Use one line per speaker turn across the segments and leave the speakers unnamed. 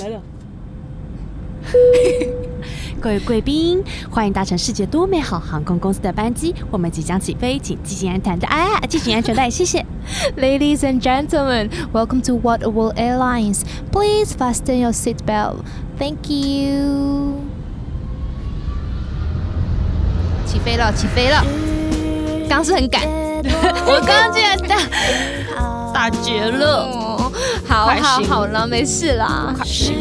来了，
各位贵宾，欢迎搭乘世界多美好航空公司的班机，我们即将起飞，请系紧安全带啊，系紧安全带，谢谢。
Ladies and gentlemen, welcome to What World Airlines. Please fasten your seatbelt. Thank you. 起飞了，起飞了！刚是很赶，我刚刚居然大啊
打结了，
哦，好
开
好
心
好了，没事啦。
开心。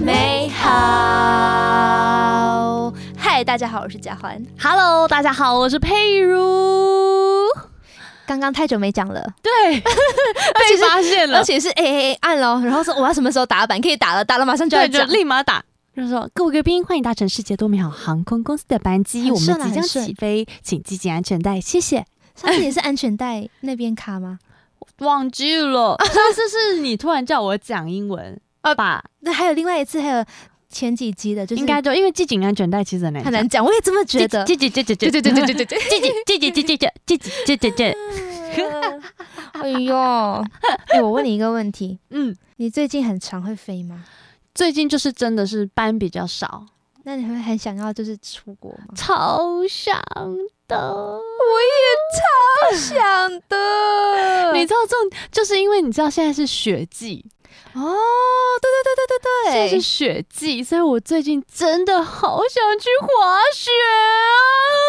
美好。嗨，大家好，我是贾欢。
Hello，大家好，我是佩如。
刚刚太久没讲了，
对，被发现
而
了，
且是 A A 按了，然后说我要什么时候打板，可以打了，打了马上就要
对，就
讲。
立马打。
就是说，各位贵宾，欢迎搭乘世界多美好航空公司的班机，
很
我
顺
们
啊
即将
很顺
起飞，请系紧安全带，谢谢。
上次也是安全带那边卡 吗？
忘记了，上次是你突然叫我讲英文，呃吧，
对，还有另外一次，还有前几集的，就是
应该就因为系紧安全带其实很
很
难
难讲，我也这么觉
讲，。
得
系紧系紧系紧系紧
对对对对。
系紧系紧系紧系紧系紧系紧，
哎呦， 哎，我问你一个问题，
嗯。
你最近很常会飞吗？
最近就是真的是班比较少，
那你会很想要就是出国吗？
超想的。
我也超想 的
你知道这种，就是因为你知道现在是雪季，
哦，对对对对对
现在是
对，
雪季，所以我最近真的好想去滑雪啊！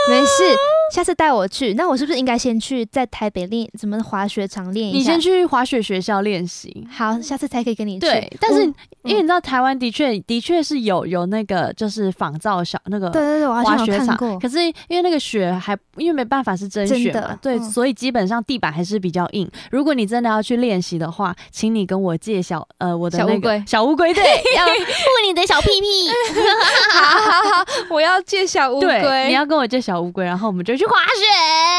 没事，下次带我去。那我是不是应该先去在台北练什么滑雪场练一
你
下？
先去滑雪学校练习。
好，下次才可以跟你去。
对，但是
嗯
因为你知道台湾的确的确是有有那个就是仿照小那
对
个
对对，我好
滑
像
雪
有看
场
过，
可是因为那个雪还因为没办法是真
真
雪
的
嘛，对，
嗯
所以基本上地板还是比较硬。如果你真的要去练习的话，请你跟我借小呃我的
小乌
那个
龟
小乌 龟，对，要护你的小屁屁，
好好好，我要借小乌
对，你要跟我借小乌龟，哎然后我们就去滑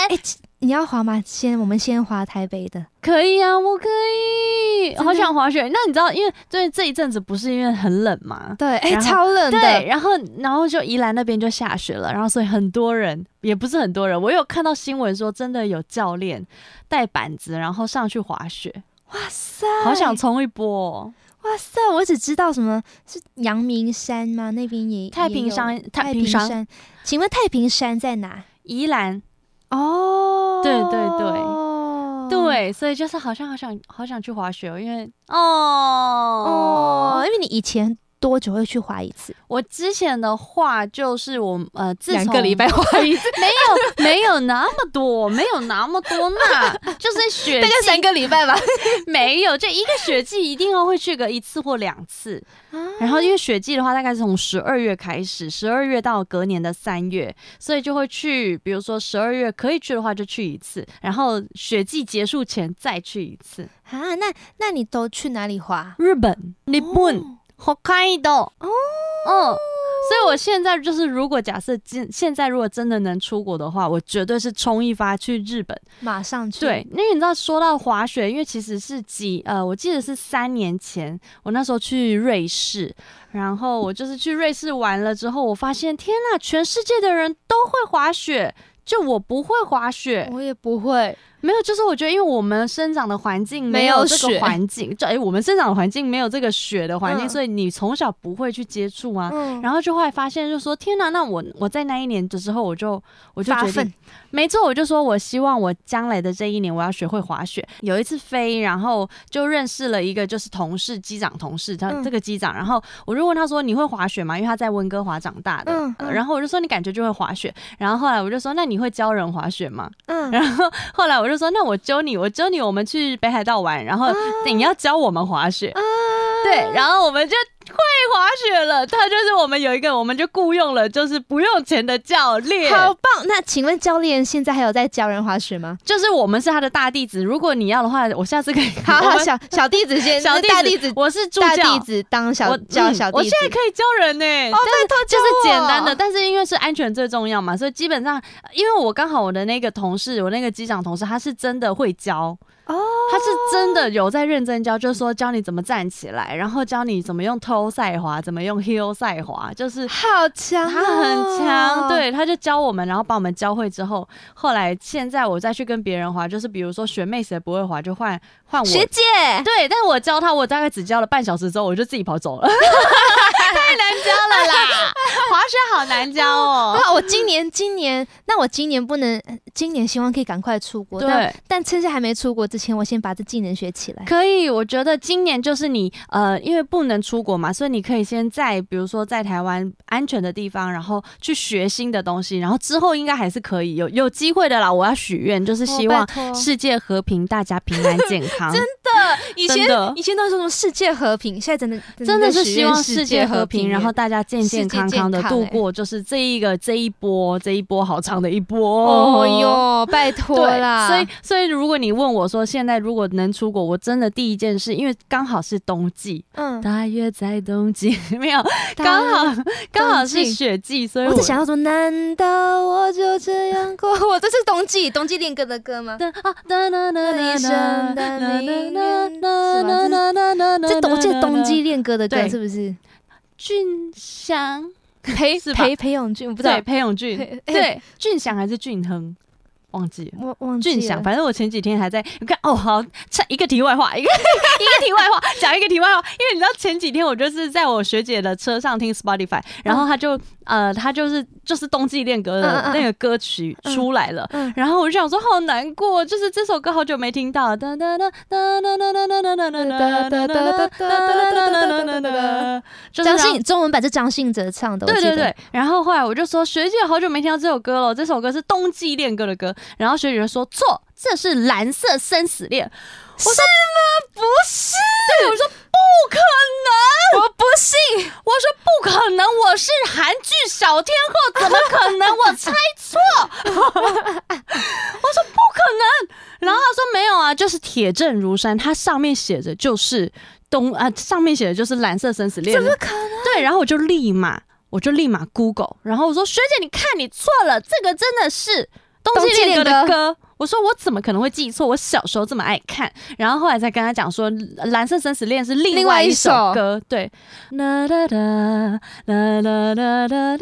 雪。
你要滑吗？先，我们先滑台北的。
可以啊，我可以，
真的
好想滑雪。那你知道，因为最这一阵子不是因为很冷嘛，
对，哎、
然后
超冷
对，
的。
然后然后就宜兰那边就下雪了，然后所以很多人也不是很多人，我有看到新闻说真的有教练带板子然后上去滑雪，
哇塞，
好想冲一波、哦。
哇塞，我只知道什么是阳明山吗？那边也
太平
也有
山，
太
太平山，
山。请问太平山在哪？
宜兰，
哦
对对
对。
对，所以就是好像好想好想去滑雪哦，因为哦
哦，因为你以前多久会去滑一次？
我之前的话就是我呃，自从
滑一次，
没有没有那么多，没有那么多嘛，就是雪 季
个礼拜吧。
没有，就一个雪季一定要会去个一次或两次。然后因为雪季的话，大概是从十二月开始，十二月到隔年的三月，所以就会去，比如说十二月可以去的话就去一次，然后雪季结束前再去一次。
啊，那那你都去哪里滑？
日本、日本、好开的哦，嗯。所以，我现在就是，如果假设今现在如果真的能出国的话，我绝对是冲一发去日本，
马上去。
对，因为你知道，说到滑雪，因为其实是几呃，我记得是三年前，我那时候去瑞士，然后我就是去瑞士玩了之后，我发现天呐，全世界的人都会滑雪。就我不会滑雪，
我也不会。
没有，就是我觉得，因为我们生长的环境
没有
有这个
雪
环境，就哎、我们生长的环境没有这个雪的环境，
嗯
所以你从小不会去接触啊。
嗯
然后就后来发现，就说天呐，那我我在那一年的时候，我就我就
发
决定
奋，
没错，我就说我希望我将来的这一年我要学会滑雪。有一次飞，然后就认识了一个就是同事，机长同事，他
嗯
这个机长，然后我就问他说你会滑雪吗？因为他在温哥华长大的，
嗯
呃
嗯
然后我就说你感觉就会滑雪，然后后来我就说那你会教人滑雪吗？
嗯，
然后后来我就说那我教你，我教你，我们去北海道玩，然后你要教我们滑雪。
啊
对，然后我们就会滑雪了。他就是我们有一个，我们就雇佣了，就是不用钱的教练。
好棒！那请问教练现在还有在教人滑 雪吗？
就是我们是他的大弟子，如果你要的话，我下次可以。
好
我
好，
们
小小弟子 先，
小
那
弟
大弟子，
我是助
大
教
弟。子当小
我
教
嗯
小
我
弟
现在
子。
可以教人呢、
哦，拜托，
就是
教
简
我
单的，。但是因为是安全最重要嘛，所以基本上，因为我刚好我的那个同事，我那个机长同事，他是真的会教
哦，
他是真的有在认真教，就是说教你怎么站起来，然后教你怎么用偷赛滑，怎么用 heel 赛滑，就是
好强、哦，
他很
啊
强，对，他就教我们，然后把我们教会之后，后来现在我再去跟别人滑，就是比如说学妹谁不会滑，就换换我
学姐，
对，但是我教他，我大概只教了半小时之后，我就自己跑走了，
太难教了啦，
滑雪好难教哦。
哇，我今年今年，那我今年不能，今年希望可以赶快出国，
对
但但趁现在还没出国之前，我先把这技能学起来。
可以，我觉得今年就是你呃，因为不能出国嘛，所以你可以先在比如说在台湾安全的地方，然后去学新的东西，然后之后应该还是可以有有机会的啦。我要许愿，就是希
哦
望
拜托
世界和平，大家平安健康。
真的，以前
真的
以前都是说什么世界和平，现在真的
真的是
在
希望
许愿
世界和平，然后大家健健康康的
世界健康
度
欸
过，就是这一个这一波这一波好长的一波。
哦哟，拜托
对
啦！
所以所以如果你问我说现在如果能出国，我真的第一件事，因为刚好是冬季，
嗯，
大约在冬季没有，刚好刚好是雪季，所以
我只想到说，难道我就这样过？ 我这是冬季冬季恋歌的歌吗？
噔啊噔噔噔
那一
噔
生的
噔噔
明月是吧
噔噔噔噔
这冬这冬季
噔
恋歌的歌
对
是不 是？
俊祥，
裴
是吧
裴裴勇俊，我不知道哎
对，，裴勇 俊，
嘿
对，俊祥还是俊亨，忘记了。
我忘记
俊
了
祥，反正我前几天还在，你看哦，好，差一个题外话，一个一个题外话，讲一个题外话，因为你知道前几天我就是在我学姐的车上听 Spotify，然后她就、呃，她就是就是冬季恋歌
嗯嗯
的
嗯
那个歌曲出来了，
嗯
然后我就想说好难过，就是这首歌好久没听到了，哒哒哒哒哒哒哒哒哒哒哒哒哒哒哒哒哒哒，就是
张
让
信中文版是张信哲唱的，我
对
记
对
得
对，，然后后来我就说学姐好久没听到这首歌了，这首歌是冬季恋歌的歌。然后学姐就说错，这是蓝色生死恋。
是吗？不是，
对，我说不可能，
我不信，
我说不可能，我是韩剧小天后，怎么可能？我猜错， 我说不可能。然后他说没有啊，就是铁证如山，它上面写着就是冬啊，上面写的就是蓝色生死恋。
怎么可能？
对，然后我就立马，我就立马 Google，然后我说学姐，你看你错了，这个真的是冬
冬季
季恋歌
恋
的歌。我说我怎么可能会记错？我小时候这么爱看，然后后来才跟他讲说，《蓝色生死恋》是另
另外
外
一
一
首
首歌。对，啦啦啦啦啦啦啦啦啦啦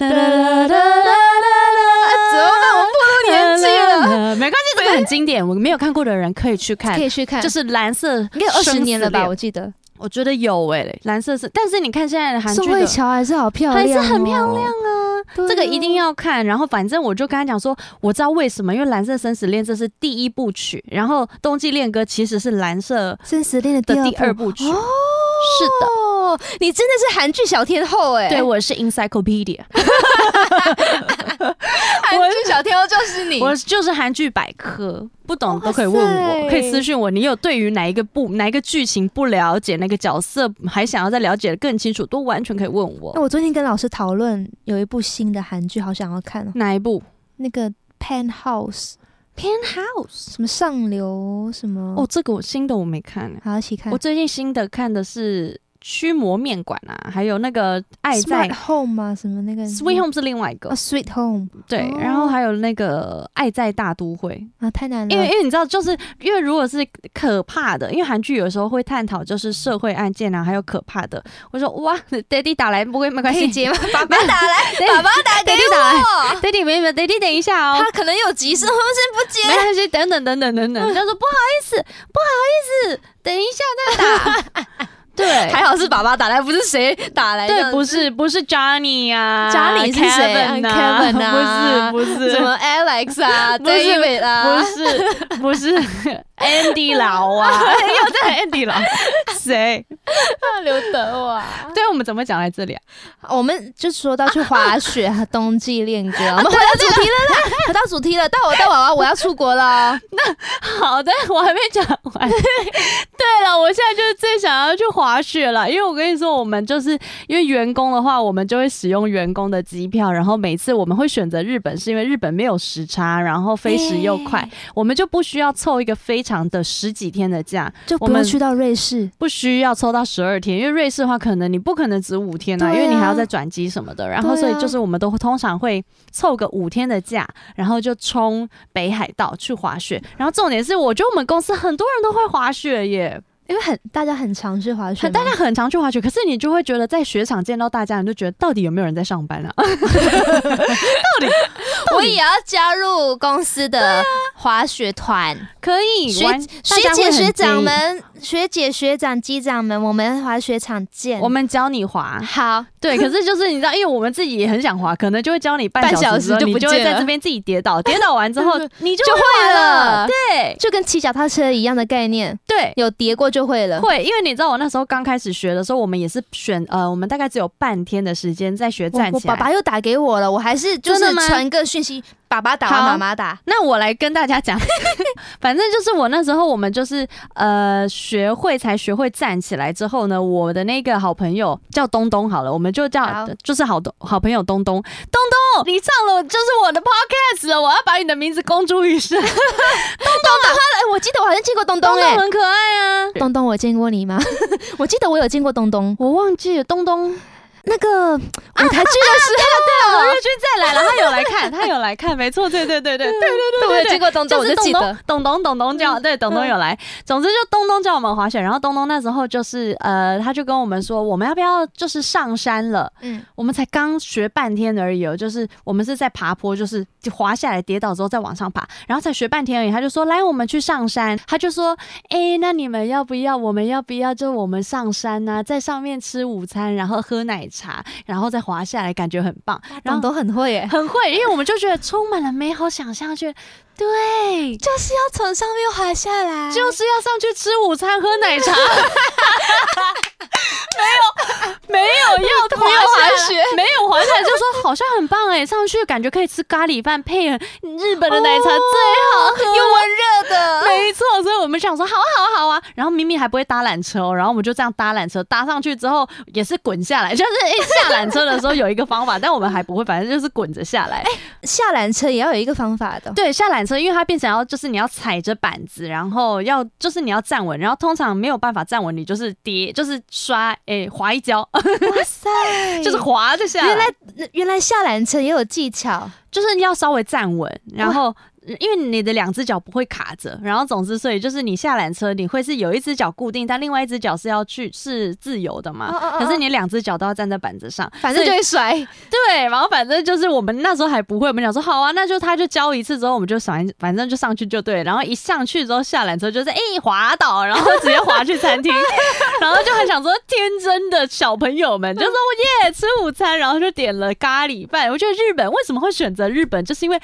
啦啦啦啦
怎么办？我步入年纪了，
了，没关系，这个很经典，我没有看过的人可以去看
可，以去看，
就是蓝色，
应该有二十年了吧？我记得
我觉得有诶、蓝色是，但是你看现在的韩
宋
剧
慧
的
乔还是好漂亮，哦
还是很漂亮，啊，
对啊
这个一定要看。然后反正我就跟他讲说，我知道为什么，因为《蓝色生死恋》这是第一部曲，然后《冬季恋歌》其实是蓝色
生死恋
的
的
第二部曲。
哦，
是的
的，你真的是韩剧小天后哎，
对，我是 encyclopedia，
韩剧小天后就是你，
我就是韩剧百科，不懂都可以问
哇塞
我，可以私讯我。你有对于哪一个部、哪一个剧情不了解，哪个角色还想要再了解的更清楚，都完全可以问
那
我。
我最近跟老师讨论有一部新的韩剧，好想要看哦，
哪一部
那个 Penthouse
？Penthouse。
什么上流什么
哦，，这个我新的我没看、欸。
好一起看
我。最近新的看的是《驱魔面馆》啊，还有那个《爱在
Smart Home 嘛，什么那个
Sweet Home》是另外一个
啊，，Sweet Home
对，
哦
然后还有那个《爱在大都会
啊，太难》，
因为因
了。
为你知道，就是因为如果是可怕的，因为韩剧有时候会探讨就是社会案件啊，还有可怕的。我说哇，Daddy 打来，不会没关
可以
系
接吗？ 爸爸 打来，爸爸打给
，Daddy 打来
我，
，Daddy 没没，Daddy 等一下哦。
他可能有急事，我先不接。
没关系，等等等等等等，他说不好意思，不好意思，等一下再打。 对，
还好是爸爸打来，不是谁打来。这
对，
样子
不是不是 Johnny 啊
Johnny 是谁
？Kevin 啊
嗯，Kevin 啊
不 是不
什
是。
么 Alex 啊，
不是
David 啊，
不 是不是 Andy 老啊，
哎
又在 Andy 老，谁？
刘德华。
对我们怎么讲来这 里啊？
我们就说到去滑雪和冬季恋歌，啊我 们回到主题了啦，回到主题了。到我，到我了，我要出国了哦。
好的，我还没讲完。 对了，我现在就是最想要去滑雪了，因为我跟你说，我们就是因为员工的话，我们就会使用员工的机票，然后每次我们会选择日本，是因为日本没有时差，然后飞时又快，我们就不需要凑一个非常长的十几天的假，
就
我
不用
们
去到瑞士。
不需要抽到十二天，因为瑞士的话，可能你不可能只五天啊，
对啊
因为你还要再转机什么的。然后，
对啊
所以就是我们都通常会凑个五天的假，然后就冲北海道去滑雪。然后重点是，我觉得我们公司很多人都会滑雪耶，
因为很大家很常去滑雪
很
吗，
大家很常去滑雪。可是你就会觉得在雪场见到大家，你就觉得到底有没有人在上班啊？
我也要加入公司的
啊
滑雪团。
可以
学
玩，大
学
家会
姐
很
学
介
长
意，
们，
学姐、学长、机长们，我们滑雪场见。
我们教你滑。
好，
对，可是就是你知道，因为我们自己也很想滑，可能就会教你半
半
小时之
小时
后，
就
你
不
就会
见
在
了
这边自己跌 倒，跌倒完之后你就
就
会
会
了。
了
对
就跟骑脚踏车一样的概念，
对。
有叠过就会了。
会，因为你知道我那时候刚开始学的时候，我们也是选呃，我们大概只有半天的时间在学
我
站
我
起来。
爸爸又打给我了，我还是就
真
是
的吗
传个讯息，爸爸打，
好
妈妈打。
那我来跟大家讲， 反正就是我那时候我们就是呃学会才学会站起来之后呢，我的那个好朋友叫东东好了，我们就叫
好
就是好东好朋友东东东东，你上了就是我的 podcast 了，我要把你的名字公诸于世。
哎，我记得我好像见过 东
东欸
东哎
东，很可爱啊，
东东我见过你吗？ 我记得我有见过东东，
我忘记了东东
那个舞台剧的时候
何日君再来了，他有来看，他有来看，没错，对对对对对对
对，我有见过东东，
就
我
是
就
东
记
东
得。
东东东东叫，对东东有来。总之就东东叫我们滑雪，然后东东那时候就是呃，他就跟我们说，我们要不要就是上山了？
嗯，
我们才刚学半天而已哦，就是我们是在爬坡，就是滑下来跌倒之后再往上爬，然后才学半天而已。他就说来，我们去上山。他就说，诶，那你们要不要？我们要不要？就我们上山呢、在上面吃午餐，然后喝奶茶，然后再滑下来，感觉很棒。然
东
后
东很会哎耶，
很会，因为我们就觉得充满了美好想象，觉得对，
就是要从上面滑下来就
就是要上去吃午餐、喝奶茶。 没有，没有要滑
滑
雪， 没有滑雪就说好像很棒哎、上去感觉可以吃咖喱饭配日本的奶茶最 好喝。
又温热的，
没错，所以我们想说好啊好啊好啊，然后明明还不会搭缆车、哦，然后我们就这样搭缆车，搭上去之后也是滚下来，就是哎、下缆车的时候有一个方法，但我们还不会，反正就是滚着下来。
下缆车也要有一个方法的。
对，下缆车，因为它变成要就是你要踩着板子，然后要就是你要站稳，然后通常没有办法站稳，你就是跌，就是摔，诶、滑一跤，，
哇塞
就是滑着下来，
原来原来下缆车也有技巧，
就是要稍微站稳，然后。因为你的两只脚不会卡着，然后总之，所以就是你下缆车，你会是有一只脚固定，但另外一只脚是要去是自由的嘛。
哦哦哦
可是你两只脚都要站在板子上，
反正就
所以
会摔。
对，然后反正就是我们那时候还不会，我们想说好啊，那就他就教一次之后，我们就反反正就上去就对了，然后一上去之后下缆车就是哎、滑倒，然后直接滑去餐厅，然后就很想说天真的小朋友们就说耶吃午餐，然后就点了咖喱饭。我觉得日本为什么会选择日本，就是因为日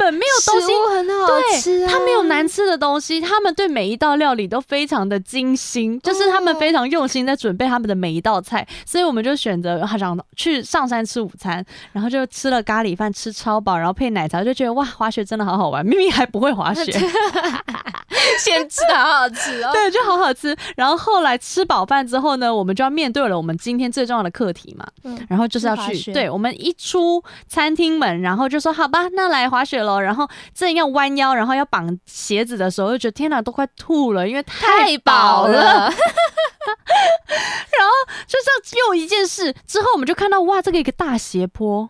本没有东西
食。物很好吃
对，
啊，
他没有难吃的东西，他们对每一道料理都非常的精心，就是他们非常用心在准备他们的每一道菜，所以我们就选择好想去上山吃午餐，然后就吃了咖喱饭，吃超饱，然后配奶茶，就觉得哇，滑雪真的好好玩，明明还不会滑雪，
先吃的好好吃哦。
对，就好好吃。然后后来吃饱饭之后呢，我们就要面对了我们今天最重要的课题嘛，
嗯
然后就是要
去滑
去，
雪
对我们一出餐厅门，然后就说好吧，那来滑雪喽。然后正要弯腰，然后要绑鞋子的时候，就觉得天哪，都快吐了，因为太饱了。，就这样又一件事之后，我们就看到哇，这个一个大斜坡，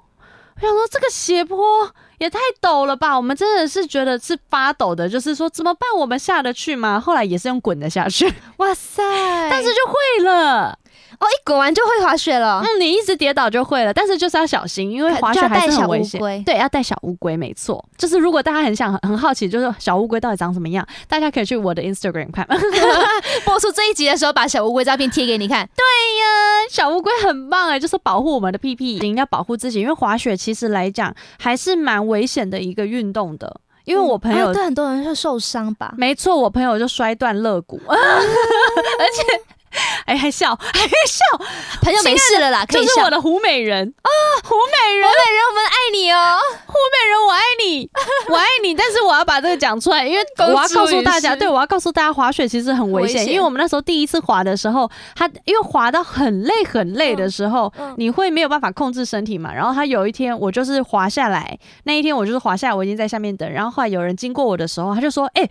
我想说这个斜坡也太陡了吧，我们真的是觉得是发抖的，就是说怎么办，我们下得去吗？后来也是用滚的下 去，
哇塞！
但是就会了。
哦，一滚完就会滑雪了。
嗯，你一直跌倒就会了，但是就是要小心，因为滑雪还是很危险
啊就要带小乌龟。
对，要带小乌龟，没错。就是如果大家很想很好奇，就是小乌龟到底长什么样，大家可以去我的 Instagram 看。 哎
播出这一集的时候，把小乌龟照片贴给你 看。
小乌龟很棒哎、就是保护我们的屁屁，要保护自己，因为滑雪其实来讲还是蛮危险的一个运动的。因为我朋友，
啊对很多人会受伤吧？
没错，我朋友就摔断肋 骨，而且 哎还笑，
朋友没事了啦，可
这
以
是
笑。哦
我的湖美人啊，湖美人，
美人，我们爱 你哦。
湖美人，我爱你，我爱你，但是我要把这个讲出来，因为我
公
要
诸
告诉
于
大家，
世
对我要告诉大家，滑雪其实很危险，
危险
因为我们那时候第一次滑的时候，它因为滑到很累很累的时候，
嗯嗯
你会没有办法控制身体嘛。然后他有一天我就是滑下来，那一天我就是滑下来，我已经在下面等，然后后来有人经过我的时候，他就说：“哎、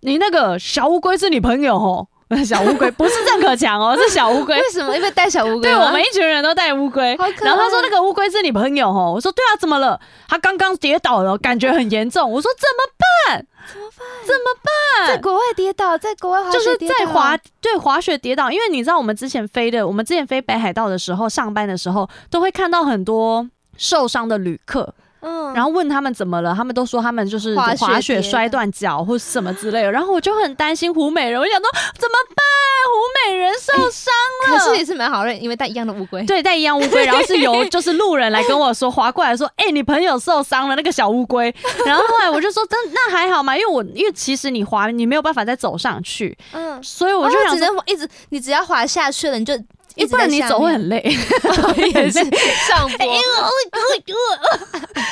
你那个小乌龟是你朋友哦， 小乌龟不是郑可强哦，是小乌龟。
为什么？因为带小乌龟
对
吗。
我们一群人都带乌龟，
好可爱。
然后他说那个乌龟是你朋友哦，我说对啊，怎么了？他刚刚跌倒了，感觉很严重。我说怎么
在国外跌倒，在国外滑
就
雪
是
跌倒
在滑对滑雪跌倒，因为你知道我们之前飞的，我们之前飞北海道的时候，上班的时候都会看到很多受伤的旅客，
嗯，
然后问他们怎么了，他们都说他们就是
滑雪
滑
跌
雪
的
摔断脚或什么之类的，然后我就很担心胡美人，我就想说怎么办？胡美人受伤，
可是也是蛮好认，因为带一样的乌 龟。
对，带一样乌龟，然后是由就是路人来跟我说划过来说， 哎、你朋友受伤了那个小乌龟， 然后后来我就说，但那还好嘛，因为我因为其实你滑你没有办法再走上去，
嗯，
所以我就
哦
想
只
说，
能滑一直，你只要滑下去了，你就一直
不然
在
你
下
走会
面
很累，
也是上坡，
哎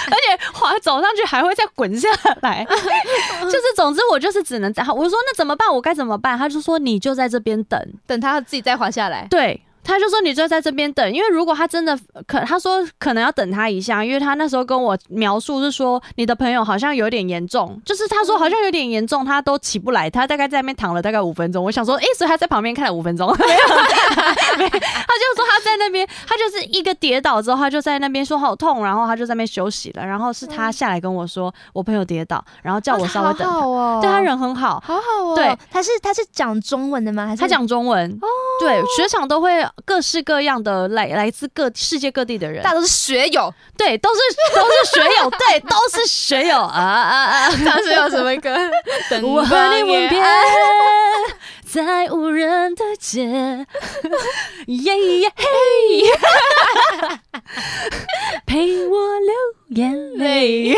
而且滑走上去还会再滚下 来，就是总之我就是只能在，我说那怎么办？我该怎么办？他就说你就在这边等，
等它自己再滑下来。
对。他就说你就在这边等，因为如果他真的可，他说可能要等他一下，因为他那时候跟我描述是说你的朋友好像有点严重，就是他说好像有点严重，他都起不来，他大概在那边躺了大概五分钟。我想说，诶、所以他在旁边看了五分钟，没有啦，没有他就说他在那边，他就是一个跌倒之后，他就在那边说好痛，然后他就在那边休息了，然后是他下来跟我说我朋友跌倒，然后叫我稍微等
哦
他，
好好哦，
对他人很好，
好好哦。
对，
他是他是讲中文的吗？还是
他讲中文
哦
对，雪场都会各式各样的来来自各世界各地的人
大，家都是学友，
对，都是都是学友，对，都是学友啊啊啊！
当时有什么 歌？等
我和你吻别，在无人的街， 耶耶嘿，陪我流眼 泪。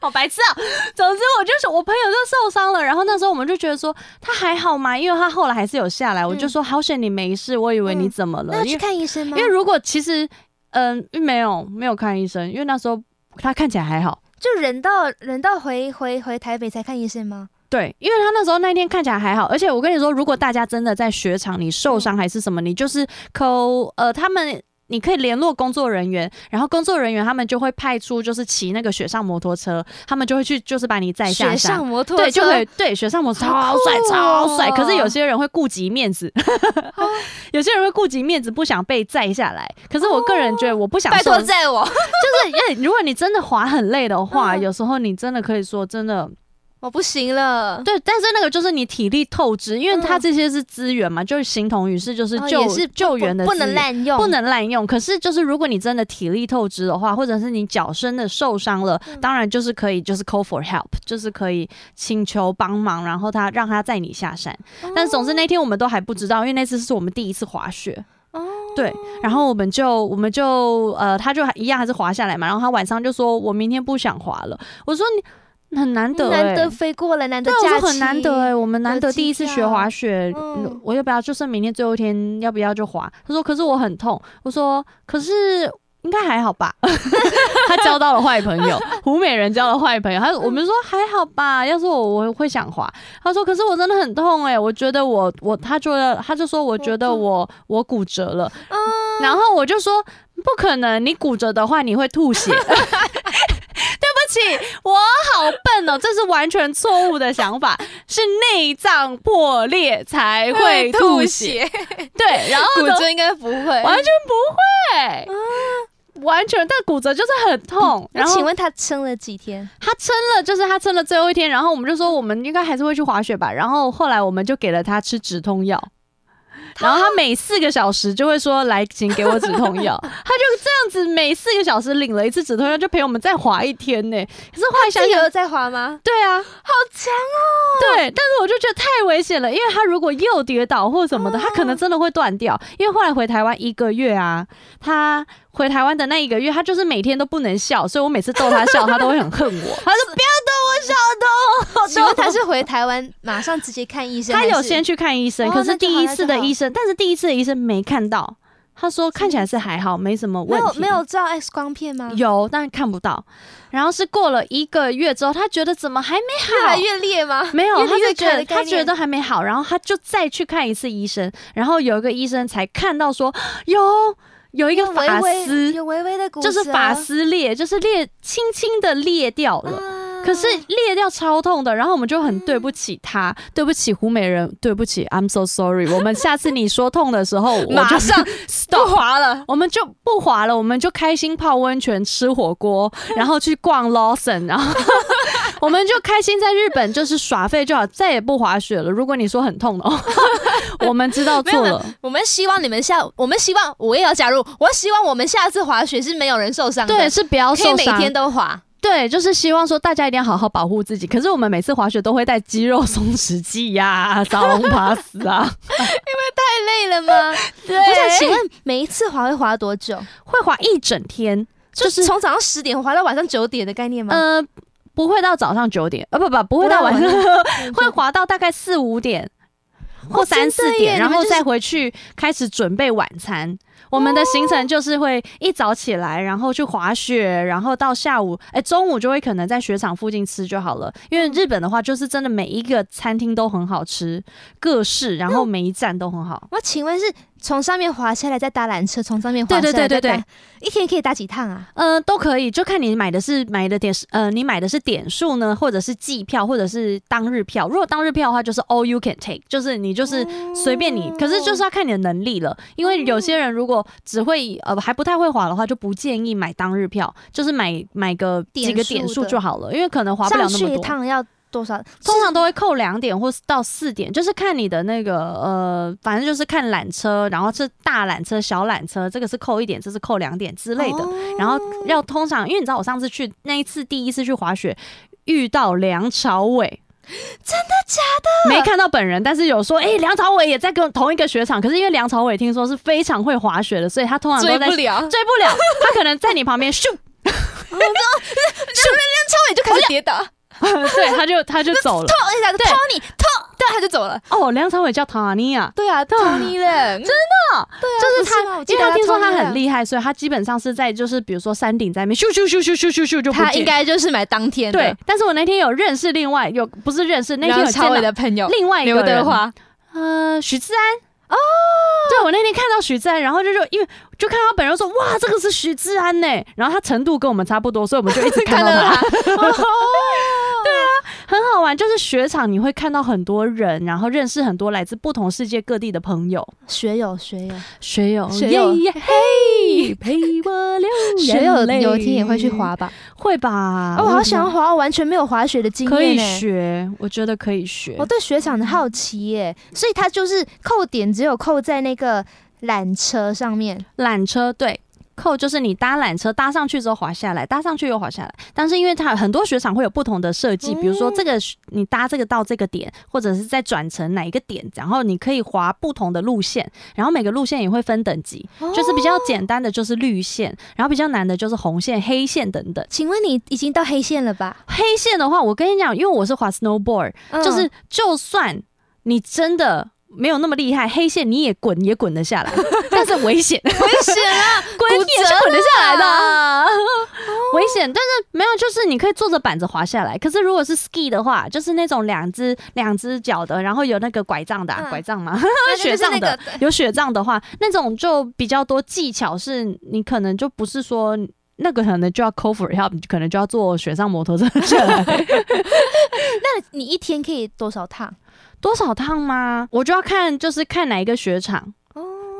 好白痴啊！总之，我就是我朋友就受伤了，然后那时候我们就觉得说他还好嘛，因为他后来还是有下来，我就说好险你没事，我以为你怎么了，
那要
因
去
为
看医生吗？
因为如果其实嗯没有没有看医生，因为那时候他看起来还好，
就人到人到回回回台北才看医生吗？
对，因为他那时候那一天看起来还好，而且我跟你说，如果大家真的在雪场你受
嗯
伤还是什么，你就是扣呃他们。你可以联络工作人员，然后工作人员他们就会派出，就是骑那个雪上摩托车，他们就会去，就是把你载下
雪
山
上，摩托
对，就
车
可以对雪上摩托车
好
超
酷
帅、超帅。可是有
哦啊
些人会顾及面子，有些人会顾及面子，不想被载下来。可是我个人觉得啊我不想
哦拜
受
托载我，
就是，如果你真的滑很累的话，
嗯
有时候你真的可以说真的
我不行了。
对，但是那个就是你体力透支，因为它
嗯
这些是资源嘛，就是形同于是，就是
哦
救、
也是
救援的
不不能
资源。
滥用，
不能滥用，可是就是如果你真的体力透支的话，或者是你脚真的受伤了，
嗯
当然就是可以就是 call for help，就是可以请求帮忙，然后他让他载你下山。
哦。
但总之那天我们都还不知道，因为那次是我们第一次滑雪，
哦
对，然后我们就我们就呃，他就还一样还是滑下来嘛。然后他晚上就说：“我明天不想滑了。”我说你：“很难得、欸，
难得飞过来，难得
对，我
假期
说很难得哎、我们难得第一次学滑雪
机，票嗯
我要不要就剩明天最后一天要不要就滑？他说：“可是我很痛。”我说：“可是。”应该还好吧， 他交到了坏朋友，胡美人交了坏朋友。他我们说还好吧，要是我我会想滑。他说可是我真的很痛哎、我觉得我我他觉得他就说我觉得我我骨折了，
嗯
然后我就说不可能，你骨折的话你会吐血。对 不起，我好笨哦，这是完全错误的想法，是内脏破裂才会吐血。， 对，然后
骨
呢
折应该不会。
完全不会，完全，但骨折就是很痛。
嗯那
然后
请问他撑了几天？
他撑了，就是他撑了最后一天，然后我们就说我们应该还是会去滑雪吧。然后后来我们就给了他吃止痛药，然后他每四个小时就会说来，请给我止痛 药。他就这样子每四个小时领了一次止痛药，就陪我们再滑一天呢、可是后来想
是
想，
有在滑吗？
对啊，
好强哦！
对，但是我就觉得太危险了，因为他如果又跌倒或什么
啊
的，他可能真的会断掉。因为后来回台湾一个月啊，他回台湾的那一个月，他就是每天都不能笑，所以我每次逗他笑，他都会很恨 我。他说不要逗我笑，逗
请
我
问
逗我
他是回台湾马上直接看医生？
他
还
有
是
先去看医生，
哦
可是
那就好
第一次
那
的
就好
医生，但是第一次的医生没看到，他说看起来是还好，没什么
没
问
有
题，
没有照 X 光片吗？
有，但看不到。然后是过了一个月之后，他觉得怎么还没
越
好
来？越烈吗？
没有，
越
他
来
就
越
觉
开
得
的
他
概
觉
念
得还没好，然后他就再去看一次医生，然后有一个医生才看到说有有一个
有微啊
发
微
丝，
有微微的骨折，
就是发丝裂，就是裂轻轻的裂掉了。
啊
可是裂掉超痛的，然后我们就很对不起他，对不起胡美人，对不起，I'm so sorry。我们下次你说痛的时候，我就
马上
stop
滑了。
我们就不滑了，我们就开心泡温泉、吃火 锅，然后去逛 Lawson，然后 我们就开心在日本就是耍废就好，再也不滑雪了。如果你说很痛的 话，我们知道错
没有
了。
我们希望你们下，我们希望我也要加入。我希望我们下次滑雪是没有人受伤的，
对，，是不要
可以
受
每
伤。
天都滑。
对，就是希望说大家一定要好好保护自己。可是我们每次滑雪都会带肌肉松弛剂呀、 沙龙巴斯啊。
太累了吗？
对
我想请问，每一次滑会滑多久？
会滑一整天，就
就是
是
从早上十点滑到晚上九点的概念吗？
呃，不会到早上九点，呃，不不，不会到晚上， 会滑到大概四五点或
哦真
三
的
四
耶
点，然
你们
后
就是哦
再回去开始准备晚餐。我们的行程就是会一早起来，然后去滑雪，然后到下午，哎、中午就会可能在雪场附近吃就好了。因为日本的话，就是真的每一个餐厅都很好吃，各式，然后每一站都很好。
我请问是从上面滑下来再搭缆车，从上面滑
对
下
对
来
对对
再搭
对，
一天可以搭几趟啊？
呃，都可以，就看你买的是买的点，呃，你买的是点数呢，或者是季票，或者是当日票。如果当日票的话，就是 all you can take，就是你就是随便
哦
你，可是就是要看你的能力了。因为有些人如果只会呃还不太会滑的话，就不建议买当日票，就是买买个
点
几个
数
点数
的
就好了，因为可能滑不了
上
那
去
么
一
多。
趟要多少？
通常都会扣两点或是到四点，就是看你的那个呃，反正就是看缆车，然后是大缆车、小缆车，这个是扣一点，这是扣两点之类的。
哦
然后要通常，因为你知道我上次去那一次第一次去滑雪，遇到梁朝伟。真的假的？没看到本人，但是有说，哎、梁朝伟也在跟同一个雪场。可是因为梁朝伟听说是非常会滑雪的，所以他通常啊都在追
了，
不了，他可能在你旁边咻，
超尾就开始跌倒，痛
对，他就他就走了。
一下，
对
痛你痛，对，他就走了。
哦，梁朝伟叫唐阿尼亚，
对啊，痛你了，真的，对啊，
就是
不
他
吗我记
因
得
为他听说他
超
很
厉
厉害，所以他基本上是在就是比如说山顶在那边咻咻咻咻咻咻咻就
害，
不
他应
见。
该就是买当天的
对，但是我那天有认识另外有不是认识那天有
梁朝伟
见到
的朋友
另外一个
刘德
人，
华，
呃，许志安哦，对我那天看到许志安，然后就就因为就看到本人说哇这个是许志安呢，然后他程度跟我们差不多，所以我们就一 直看
看
到
到
他，啊
他，
很好玩。就是雪场你会看到很多人，然后认识很多来自不同世界各地的朋友。
学友学友
学友，
学友
耶耶嘿，陪我流
学友
眼泪
有一天也会去滑吧？
会吧？
哦，我好
为什
想
么
要滑，完全没有滑雪的经
可以
验呢。
学，我觉得可以学
我。对雪场很好奇耶，所以他就是扣点只有扣在那个缆车上面，
缆车对。扣就是你搭缆车搭上去之后滑下来，搭上去又滑下来。但是因为它很多雪场会有不同的设计，比如说这个你搭这个到这个点，或者是再转成哪一个点，然后你可以滑不同的路线，然后每个路线也会分等级，就是比较简单的就是绿线，然后比较难的就是红线、黑线等等。
请问你已经到黑线了吧？
黑线的话，我跟你讲，因为我是滑 snowboard，
嗯
就是就算你真的没有那么厉害，黑线你也滚也滚得下 来，但是危险，
危险 啊，
滚
骨
也是
折
滚得下来的啊、
啊！
危险。但是没有，就是你可以坐着板子滑下来。可是如果是 ski 的话，就是那种两只两只脚的，然后有那个拐杖的啊、
嗯
拐杖嘛，
那
雪
就是
杖
那
的
个，
有雪杖的话，那种就比较多技巧，是你可能就不是说。那个可能就要 call for help，你可能就要坐雪上摩托车下来。
那你一天可以多少趟？
多少趟吗？我就要看，就是看哪一个雪场。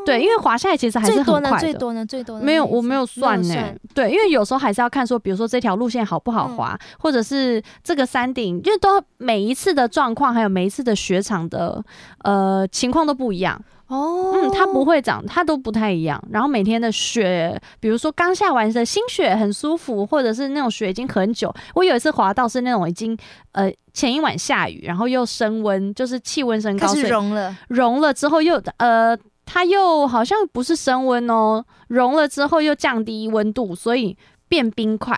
对，因为滑下来其实还是
哦最
很
多
快
呢？
的。
最多呢？最多呢？
没有，
那一次
我没有算呢、
没有算
对，因为有时候还是要看说，比如说这条路线好不好滑，
嗯
或者是这个山顶，因为都每一次的状况，还有每一次的雪场的呃情况都不一样。
哦，
嗯，它不会长，它都不太一样。然后每天的雪，比如说刚下完的新雪很舒服，或者是那种雪已经很久。我有一次滑到是那种已经呃前一晚下雨，然后又升温，就是气温升高，嗯
开
所
始
以
融了，
融了之后又呃，它又好像不是升温哦，融了之后又降低温度，所以变冰块。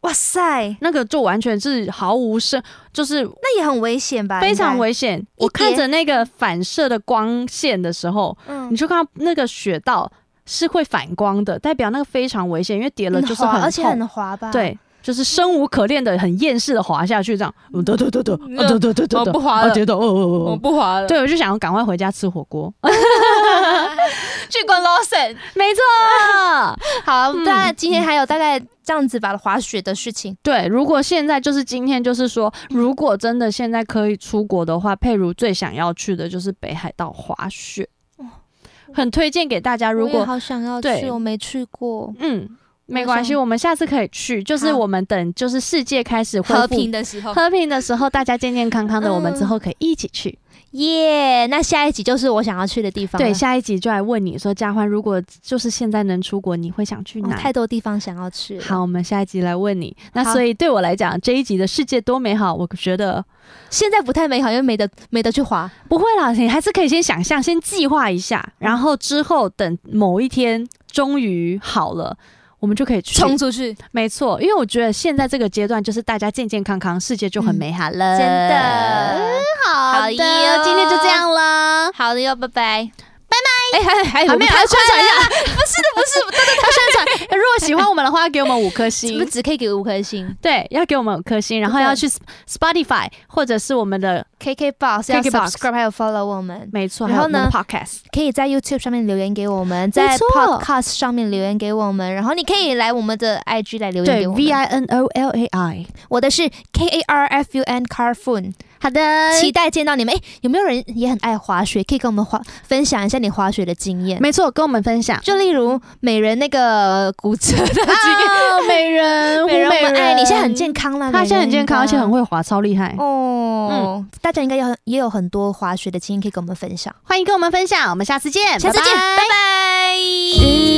哇塞，
那个就完全是毫无声，就是
那也很危险吧？
非常
应该，
危险。我看着那个反射的光线的时候，
嗯
你，就看到那个雪道是会反光的，代表那个非常危险，因为跌了就是
滑
很
而且
痛。
很滑吧？，
对，就是生无可恋的、很厌世的滑下去，这样，嗯，对对对对，嗯对对对对对，
滑
呃啊，跌倒，哦哦哦哦，
不滑了
对，我就想要赶快回家吃火锅，
去过 Lawson。
呃没错。
好，
嗯
大概今天还有大概这样子吧，滑雪的事情。
对，如果现在就是今天，就是说，如果真的现在可以出国的话，佩如最想要去的就是北海道滑雪，
哦
很推荐给大家。如
我也
果
好想要去，
对
我没去过。
嗯，没
我
关系，
想
我们下次可以去。就是
好
我们等就是世界开始恢
和
复
平的时候，
和平的时候，大家健健康康的，我们之
嗯
后可以一起去。
耶那下一集就是我想要去的地方了。
对，下一集就来问你说，佳欢，如果就是现在能出国，你会想去
哦
哪？
太多地方想要去了。
好，我们下一集来问你。那
好
所以对我来讲，这一集的世界多美好，我觉得
现在不太美好，因为没得没得去滑。
不会啦，你还是可以先想象，先计划一下，然后之后等某一天终于好了，我们就可以去。
冲出去，
没错，因为我觉得现在这个阶段就是大家健健康康，世界就很
嗯
美好了。
真的，
好
好的，哦今天就这。样了。
好的哟，拜拜。
哎，还还还没有
还
要宣传一下，
不是，对对对，宣传。如果喜欢我们的话，给我们五颗
是
星
不 是。只可以给五颗星
对，要给我们五颗星，然后
对
要去 Sp- Spotify 或者是我们的
？KK Box 要
KKBOX
subscribe 还有 follow 我们，
没错，
然
然
后
后呢
呢
，Podcast
可以在 YouTube 上面留言给我们，
错
在 Podcast 上面留言给我们，然后你可以来我们的 IG 来留言
对
给我
，V
们。
I N O L A I。
我的是 K A R F U N Carfun，
好的
期待见到你们。哎，有没有人也很爱滑雪？可以跟我们滑分享一下你滑雪的经验。
没错，跟我们分享。
就例如美人那个骨折的经验，
啊， 美人，
美人
胡
我们爱你，现在很健
康，
康了，
他现在很健康，而且很
会。
会嗯滑，超厉害。
哦，大家应该有很也有很多滑雪的经验可以跟我们分享。
欢迎跟我们分享，我们下次见，
下次
拜拜
见，拜拜。